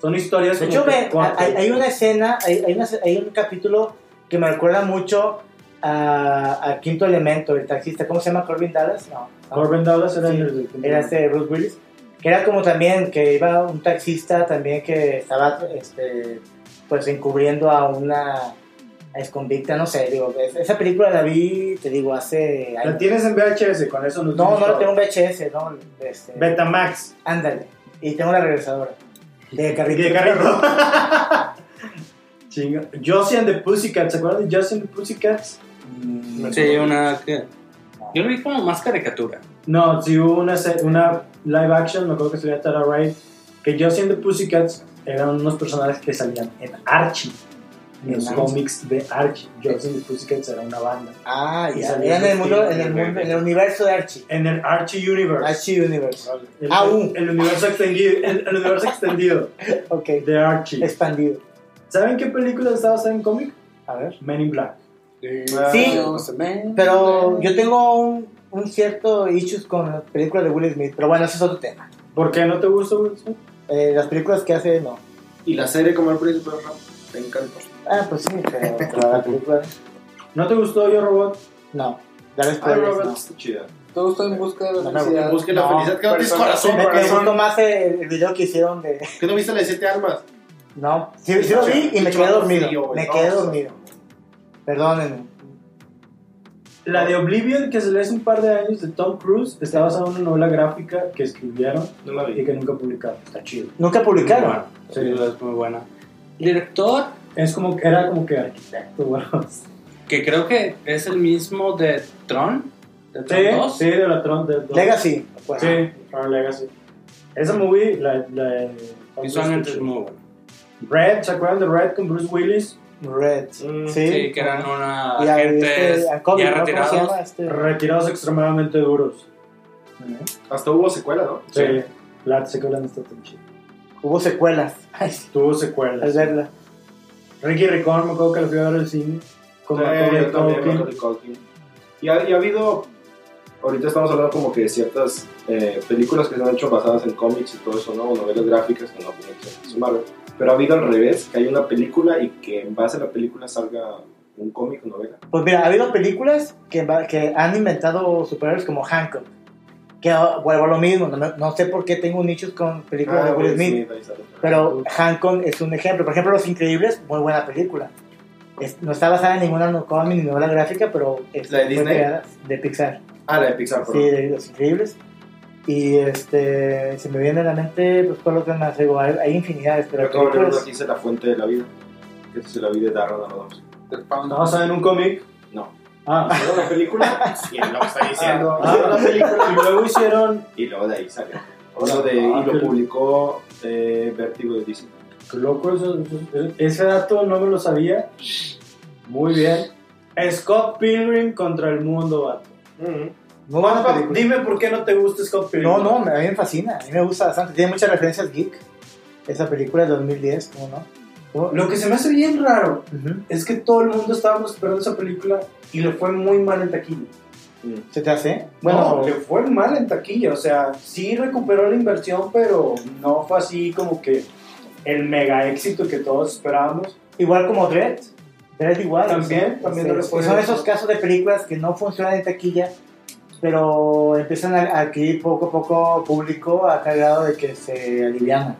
Son historias
De
como
hecho,
que
me-
cortas.
hay, hay una escena, hay, hay, una- hay un capítulo que me recuerda mucho a, a Quinto Elemento, el taxista, ¿cómo se llama? Corbin Dallas, no. no.
Corbin Dallas era
Sí,
el...
era este Bruce Willis, que era como también que iba un taxista también que estaba este, pues encubriendo a una escondita, no sé, digo, es- esa película la vi, te digo, hace
La
años.
tienes en VHS, con eso nos
No,
dimos
no la
todo.
tengo en VHS, no, este,
Betamax.
ándale, y tengo la regresadora. De carrito.
De carrito. Chinga. Josie and the Pussycats, ¿se acuerdan de Josie and the Pussycats?
Mm,
Sí, una. que- Yo lo vi como más caricatura.
No, sí hubo una, se- una live action, me acuerdo que sería Tara Wright, que Josie and the Pussycats eran unos personajes que salían en Archie, en
En
los
Archie.
cómics de Archie. Josie and the Pussycats era una banda.
Ah,
Y
ya,
salía
era en el mundo,
vestido
en el
de
mundo, en el universo de Archie.
En el Archie Universe.
Archie Universe.
El,
Ah, uh.
el universo extendido, el, el universo extendido
Ok,
de Archie.
expandido.
¿Saben qué película está basada en cómic?
A ver.
Men in Black.
Sí. Pero yo tengo un, un cierto issues con las películas de Will Smith, pero bueno, ese es otro tema.
¿Por qué no te gusta Wilson?
Eh, las películas que hace, no.
Y la serie como el príncipe, ¿no? Te encanta.
Ah, pues sí, pero, pero la película,
¿No te gustó Yo Robot?
no. Ya ves,
Ah,
pero
Robert,
no.
está chida.
Todo está en busca de la
No, no,
felicidad.
busque la felicidad que no tienes
persona-
corazón,
Me, me
corazón.
gustó más el, el video que hicieron de...
¿Qué no viste la de siete almas?
No, sí, sí lo vi y me
Pinche
quedé
vato
dormido.
frío, güey,
me
no,
quedé
o sea.
dormido. Perdónenme.
La de Oblivion, que se lee hace un par de años, de Tom Cruise, está basada en una novela gráfica que escribieron
No la
y
vi.
que nunca publicaron. Está chido.
Nunca publicaron.
Sí.
es muy buena. Director,
Es como, era como que arquitecto o algo así.
que creo que es el mismo de Tron, de Tron
Sí,
2.
sí, de la Tron. De, de-
Legacy. pues.
Sí, Tron Legacy. Esa movie, la, la de Tom Cruise, está
Visualmente es
chida.
muy buena.
Red, ¿se acuerdan de Red con Bruce Willis?
Red.
Mm,
sí.
Sí, que eran una
Y a
gente
este, a Kobe,
ya
¿no? ¿Cómo se
retirados.
llama este?
Retirados extremadamente duros.
Hasta hubo secuela, ¿no?
Sí. La secuela no está tan chida.
Hubo secuelas. Ay, sí,
Tuvo
al
secuelas.
verla.
Ricky Ricón, me acuerdo que lo fui a ver al cine. Con Macaulay
Eh, también,
Culkin.
Macaulay Culkin. Y ha, y ha habido, ahorita estamos hablando como que de ciertas eh, películas que se han hecho basadas en cómics y todo eso, ¿no? O novelas gráficas que no tienen que ser Marvel. Pero ha habido al revés, que hay una película y que en base a la película salga un cómic o novela.
Pues mira, ha habido películas que, va- que han inventado superhéroes como Hancock. Que ah, vuelvo a lo mismo. No, me- no sé por qué tengo nichos con películas
Ah,
de Will Smith.
ahí sale.
Pero Hancock es un ejemplo. Por ejemplo, Los Increíbles, muy buena película. Es- no está basada en ninguna no- cómic ni novela gráfica, pero es
¿La de
fue
Disney?
creada de Pixar.
Ah, la de Pixar,
Sí,
perdón.
de Los Increíbles. Y este, se me viene a la mente, pues, ¿cuál otra más? Digo, hay, hay infinidades,
Yo
pero
acabo de leer uno
películas-
que dice La Fuente de la Vida, que es la vida de Darren Aronofsky.
Del Pound.
¿Está basada en un cómic?
No.
Ah,
Luego la película, y lo que está diciendo,
ah, la película. Y luego hicieron.
y luego de ahí salió. Uno de, y lo publicó eh, Vértigo de Disney.
Qué loco, eso- eso- ese dato no me lo sabía. Muy bien. Scott Pilgrim contra el mundo, vato.
Muy buena
Juanpa,
película.
dime por qué no te gusta Scott Pilgrim.
No, no, a mí me fascina, a mí me gusta bastante. Tiene muchas referencias geek. Esa película de 2010, ¿cómo no? ¿Cómo?
Lo que se me hace bien raro
Ujú.
es que todo el mundo estábamos esperando esa película y le fue muy mal en taquilla.
¿Se te hace?
Bueno,
Bueno,
le fue mal en taquilla, o sea, sí recuperó la inversión, pero no fue así como que el mega éxito que todos esperábamos.
igual como Dread. Dread igual.
También, también no le fue-
Este, Son esos casos de películas que no funcionan en taquilla, pero empiezan a a adquirir poco a poco público a tal grado de que se alivian.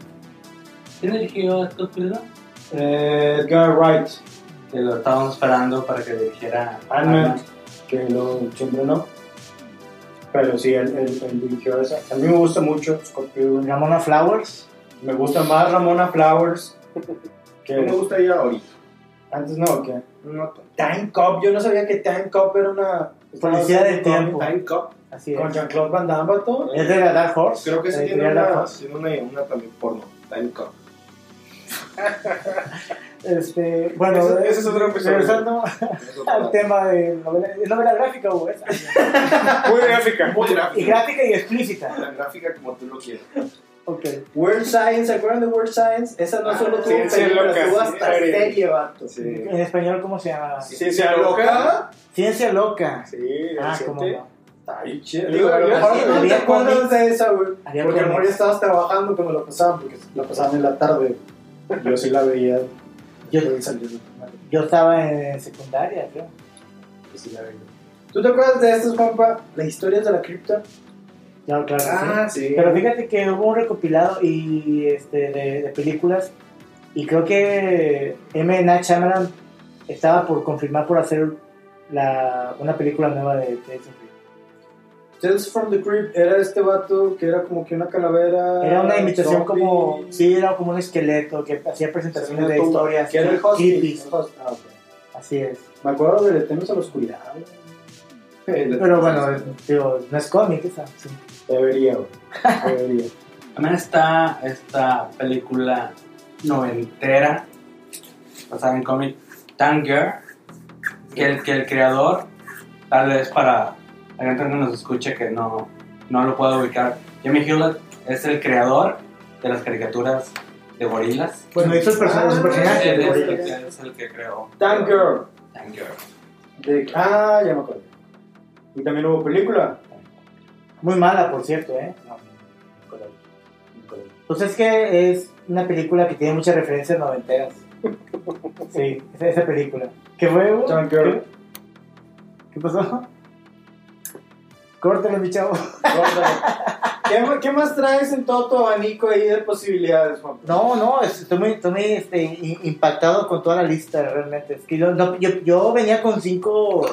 ¿Quién dirigió a estos películas?
Eh, Edgar Wright,
Que lo estábamos esperando para que dirigiera
Ant-Man, que lo siempre no. Pero sí, él, él- él dirigió esa. A mí me gusta mucho pues, Scott Pilgrim.
Ramona Flowers.
Me gusta más Ramona Flowers
No me
que
gusta ir ahorita.
antes no, que
No tanto.
Time Cop. Yo no sabía que Time Cop era una
Policía del
con-
tiempo.
Time Cop.
Así es.
con Jean-Claude Van Damme, vato.
Es de la Dark Horse. Eh,
Creo que
la
sí tiene
editorial Dark
una,
Horse.
tiene una, una también porno. Time Cop.
Este, bueno,
Ese- ese es otro episodio.
regresando
Es otra.
al tema de novela, es novela gráfica, o es-
Muy gráfica.
Muy
Y
gráfica.
gráfica y explícita.
La gráfica como tú lo quieras.
Ok.
World Science, ¿se acuerdan de World Science? Esa no
Ah,
solo tuvo
Ciencia
películas,
Loca,
tuvo hasta
sí.
serie, vato.
Sí.
En español, ¿cómo se llama?
¿Ciencia loca?
Ciencia loca.
Sí,
Ah,
reciente.
cómo no.
Está bien chido.
Digo, yo-
ahora
sí,
no te
había
acuerdas
cómics.
de esa, güey.
Había
Porque a lo mejor ya
cómics.
estabas trabajando cuando la pasaban, porque la pasaban en la tarde. Yo sí la veía.
Yo,
cuando salía de la tarde,
yo estaba en secundaria, creo.
yo sí la veía. ¿Tú te acuerdas de estas, Juanpa? Las historias de la cripta.
Claro, claro. sí.
Ah, sí.
Pero fíjate que hubo un recopilado y este de, de películas y creo que M. Night Shyamalan estaba por confirmar por hacer la, una película nueva de de Jason Reed.
Tales from the Crypt era este vato que era como que una calavera.
Era una imitación
zombie,
como sí, era como un esqueleto que hacía presentaciones de
tumba,
historias
Que era el host.
hippies.
el host. Ah, ok.
Así es.
Me acuerdo de Temes a la Oscuridad. güey.
Pero bueno, digo, no es cómic esa. sí.
Debería, güey. Debería.
También está esta película noventera, basada en cómic, Tanger, que el, que el creador, tal vez para la gente que nos escuche que no, no lo puede ubicar, Jimmy Hewlett es el creador de las caricaturas de gorilas.
Bueno, hizo el
ah,
personaje, los personajes
Él
de
es,
Godzilla.
el, que- es el que creó
Tank Girl.
Tanger.
de- Ah, ya me acuerdo. Y también hubo película.
Muy mala, por cierto, ¿eh? Pues es que es una película que tiene muchas referencias noventeras. Sí, esa, esa película. ¿Qué fue? güey?
Tank Girl.
¿Qué pasó? Córtale, mi chavo.
Córtale. ¿Qué, ma- qué más traes en todo tu abanico ahí de posibilidades, Juan?
No, no, es- estoy muy, estoy muy, este, i- impactado con toda la lista, realmente. Es que yo, no- yo, yo venía con cinco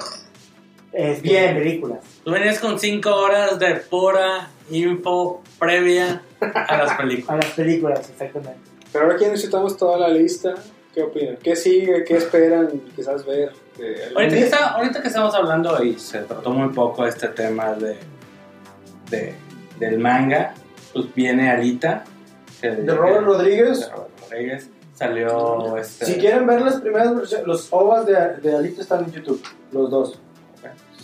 este,
Bien.
películas.
Tú venías con 5 horas de pura info previa a las películas.
A las películas, exactamente.
Pero ahora aquí necesitamos toda la lista. ¿Qué opinan? ¿Qué sigue? ¿Qué esperan quizás ver? Eh, algún-
Ahorita que, está- ahorita que estamos hablando, y se trató muy poco este tema de, de- del manga, pues viene Alita. que-
De Robert Rodríguez.
de Robert Rodríguez. Salió este.
Si quieren ver las primeras versiones, los OVAs de, de Alita están en YouTube, los dos.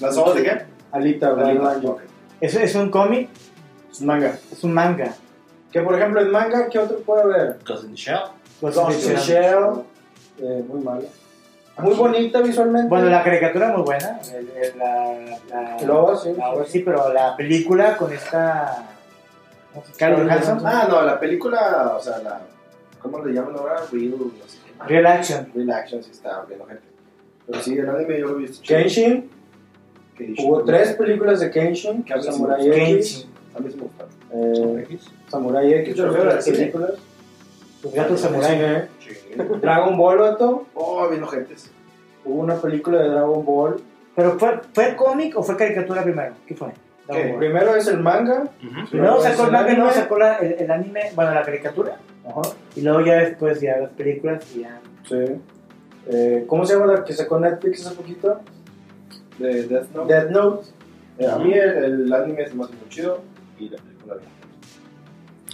¿Las obras de qué?
Alita, Black Manga.
Ok.
¿Es, es un cómic?
Es un manga.
Es un manga.
Que por ejemplo en manga, ¿qué otro puede haber?
Ghost in the Shell.
Los
Ghost in the
originales.
Shell, eh, muy mala. Muy bonita visualmente.
Bueno, la caricatura muy buena. el- el- La, la,
El OVA, sí.
la- sí, pero la película con esta... Carol Hanson.
Ah, no, la película, o sea, la. ¿Cómo le llaman ahora? Real, no sé qué.
Ah, Real action.
Real Action, sí está bien, gente. Pero sí, el anime yo lo he visto.
Kenshin,
Que-
hubo tres películas de Kenshin,
Que hablan
Samurai
sobre
X,
Kenshin.
A mí sí me gustaron.
eh, Samurai X,
Yo lo veo en el
las
cine.
películas.
Los gatos samurai.
Eh,
Sí.
Dragon Ball, vato.
Oh, bien gentes.
Hubo una película de Dragon Ball.
¿Pero fue, fue cómic o fue caricatura primero? ¿Qué fue?
Eh, Primero es el manga.
Ujú.
Primero sacó el manga,
Pues anime.
luego sacó la- el, el anime, bueno, la caricatura,
Ajá.
y luego ya después ya las películas y ya.
Sí. Eh, ¿Cómo se llama la que sacó Netflix hace poquito?
De Death Note.
Death Note.
Eh, a mí el, el anime es más muy chido y la película bien.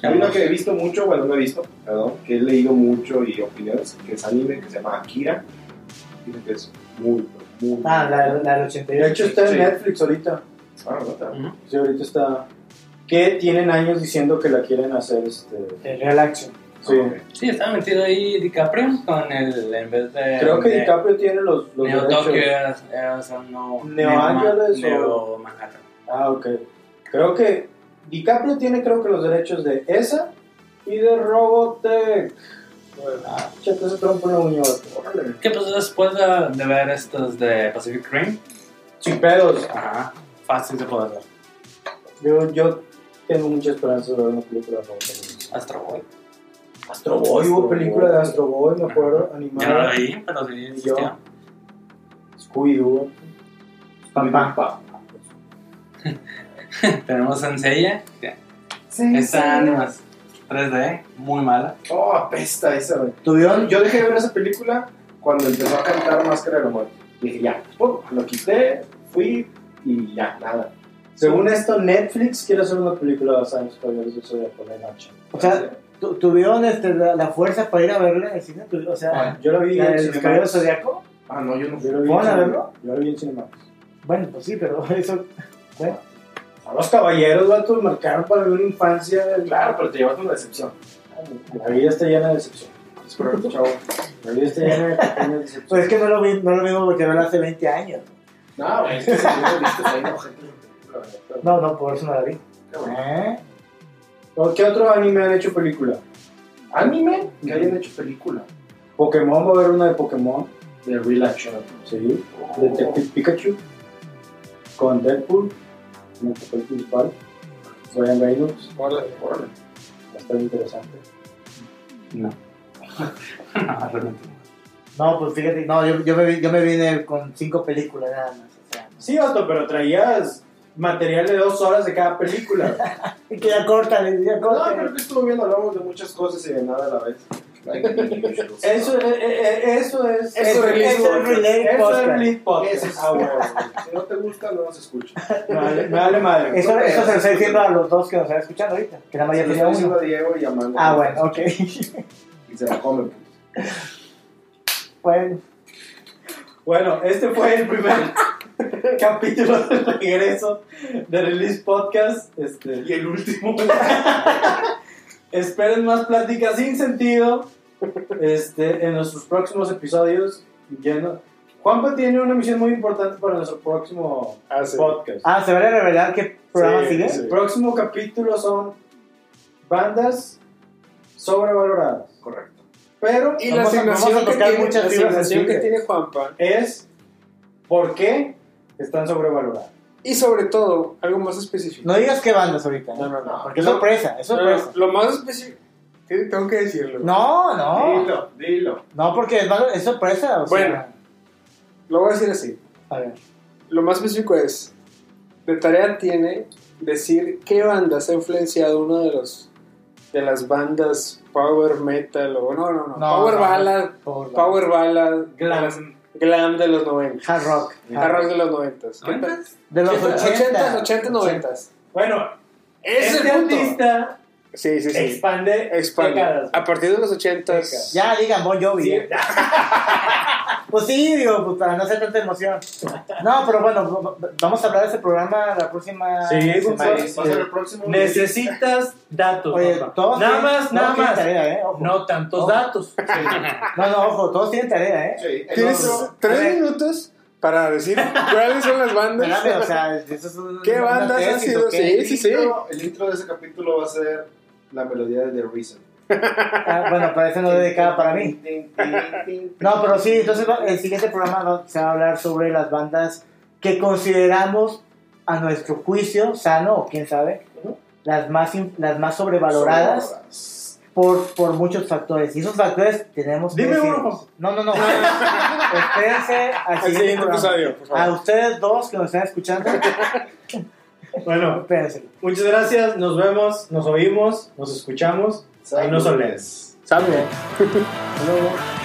Hay una que he visto mucho, bueno, no he visto, perdón, que he leído mucho y opiniones, que es anime, que se llama Akira. Dicen que es muy, muy.
Ah, la, la del
De
88.
hecho está en
Sí.
Netflix ahorita.
Ah, no, está.
Ujú.
Sí, ahorita está. Que tienen años diciendo que la quieren hacer este.
El Real Action.
Sí.
Ah, ok.
Sí, estaba metido ahí DiCaprio con el. En vez de.
Creo que
de-
DiCaprio tiene los, los
Neo
derechos.
Tokyo era, era o sea, no,
Neo
Ma-
Ángeles o-
Neo Manhattan.
Ah, ok. Creo que DiCaprio tiene creo que los derechos de esa y de Robotech. Ah, chate ese trompo en la uña, vato. Órale.
Que pues después de, de ver estos de Pacific Rim,
Sin pedos.
ajá, fácil se puede hacer.
Yo, yo tengo mucha esperanza de ver una película de Robotech.
Astro Boy.
Astro Boy, hubo película de Astro Boy, me acuerdo,
Yo no lo
animada.
vi, pero sí existió.
Scooby-Doo.
Papá.
Tenemos Senseiya, que está animas 3D, muy mala.
Oh, apesta esa, güey.
Tuvieron
Yo dejé de ver esa película cuando empezó a cantar Máscara de la Muerte. Dije, ya, pum, lo quité, fui y ya, nada.
Según esto, Netflix quiere hacer una película basada en los Caballeros del Zodiaco de noche.
O
Ah,
sea, tu- tuvieron este, la, la fuerza para ir a verla en el cine. Tu- O sea,
Yo lo vi
la
en
del Caballero
Cinemas.
Zodiaco.
Ah, no, yo no fui.
Yo lo vi en
¿Fueron a
Cinemas.
verlo?
Yo lo vi en Cinemas.
Bueno, pues sí, pero eso. ¿eh?
A los caballeros, vato, marcaron para mí una infancia.
Claro, pero te llevaste una decepción.
La vida está llena de decepción.
Es correcto, chavo.
La vida está llena de pequeñas decepciones.
Pues es que no lo, vi, no lo vimos porque verla hace 20 años.
No, güey, es que si no lo viste, ahí no, gente. la verdad, pero-
No, no, por eso no la vi.
Qué bueno.
¿Eh?
¿O ¿Qué otro anime han hecho película?
Anime que hayan hecho película
Pokémon va a haber una de Pokémon.
de Real Action.
Sí.
Oh.
Detective Pikachu. Con Deadpool. En el papel principal. Ryan Reynolds.
Órale, órale.
Va a estar interesante.
No. no, realmente no.
No, pues fíjate, no, yo, yo, me, vi- yo me vine con cinco películas nada más. O sea,
Sí, vato, pero traías material de dos horas de cada película.
y que ya corta, ya
No,
corta.
pero es que estuvo bien, hablamos de muchas cosas y de nada a la vez.
eso, eh, eh, eso es.
Eso
eso
es release
eso es
podcast.
release
Eso es
podcast.
release
Eso es-
Ah, bueno, si no te gusta, no nos escuches.
Me vale- me vale madre.
Eso,
No,
eso se
pero-
lo está diciendo a los dos que nos están escuchando ahorita, que nada más Ah, ya
Se lo
tenía
estoy diciendo
uno.
a Diego y a Manu.
Ah, bueno, ok.
Y se la comen. pues.
bueno,
Bueno, este fue el primer capítulo de regreso de Release Podcast. Este,
el último.
esperen más pláticas sin sentido este, en nuestros próximos episodios. Ya no- Juanpa tiene una misión muy importante para nuestro próximo
Ah, sí.
podcast.
ah, ¿se vale revelar qué programa
Sí,
sigue?
sí.
El próximo capítulo son bandas sobrevaloradas.
Correcto.
Pero
Y la
Vamos a-
asignación,
vamos a
que
tocar
tiene,
muchas
la
fibras
asignación que
sensibles.
tiene Juanpa
es por qué están sobrevaloradas.
Y sobre todo, algo más específico.
No digas qué bandas ahorita, ¿eh?
No, no, no.
Porque es sorpresa, es
Pero
sorpresa.
lo más específico. Tengo que decirlo.
No, no.
Dilo, dilo.
No, porque es, valo- es sorpresa. O
Bueno. Lo voy a decir así.
sea, a ver.
Lo más específico es, de tarea tiene decir qué bandas ha influenciado una de los de las bandas power metal o no, no, no,
No,
power
no,
ballad,
Por la-
power ballad, las-
Glam.
glam de los 90,
Hard rock.
hard rock de los 90. ¿Qué
¿Noventas?
De Ah. los
tal? 80s,
80.
80s, 90.
Bueno,
Ese es
este
el punto.
artista
Sí, sí, sí.
expande,
Expande. Ah.
décadas.
A partir de los 80s.
Décadas.
Ya, digan Bon Jovi.
Sí.
¿eh? Pues sí, digo, pues para no hacer tanta emoción. No, pero bueno, v- v- vamos a hablar de ese programa la próxima
Sí,
semana.
pues,
Va a ser el próximo.
Necesitas datos,
Oye,
papá.
todos
Nada
tienen-
más,
todos
nada
tienen
más.
tarea, ¿eh? Ojo.
No tantos
Ojo.
datos.
No, no, ojo, todos tienen tarea, ¿eh?
Sí, el
Tienes
otro-
tres
Correcto.
minutos para decir cuáles son las bandas.
Espérame, o sea, eso es un-
¿Qué
una
bandas han
tesis,
sido?
¿o qué?
Sí, sí, sí.
intro- El intro de ese capítulo va a ser la melodía de The Reason.
Ah, bueno, pero ese no es dedicado para mí. No, pero sí, entonces va- el siguiente programa va- se va a hablar sobre las bandas que consideramos a nuestro juicio sano, o quién sabe, las más, in- las más sobrevaloradas por, por muchos factores. Y esos factores tenemos que
Dime
decir-
uno, Juan.
No, no, no. Espérense al
Al
siguiente
siguiente
programa.
episodio, por
A
favor.
ustedes dos que nos están escuchando,
Bueno,
espérense.
muchas gracias. Nos vemos,
Ah,
nos oímos, nos escuchamos. Ahí no soles.
Salve.
Hasta luego.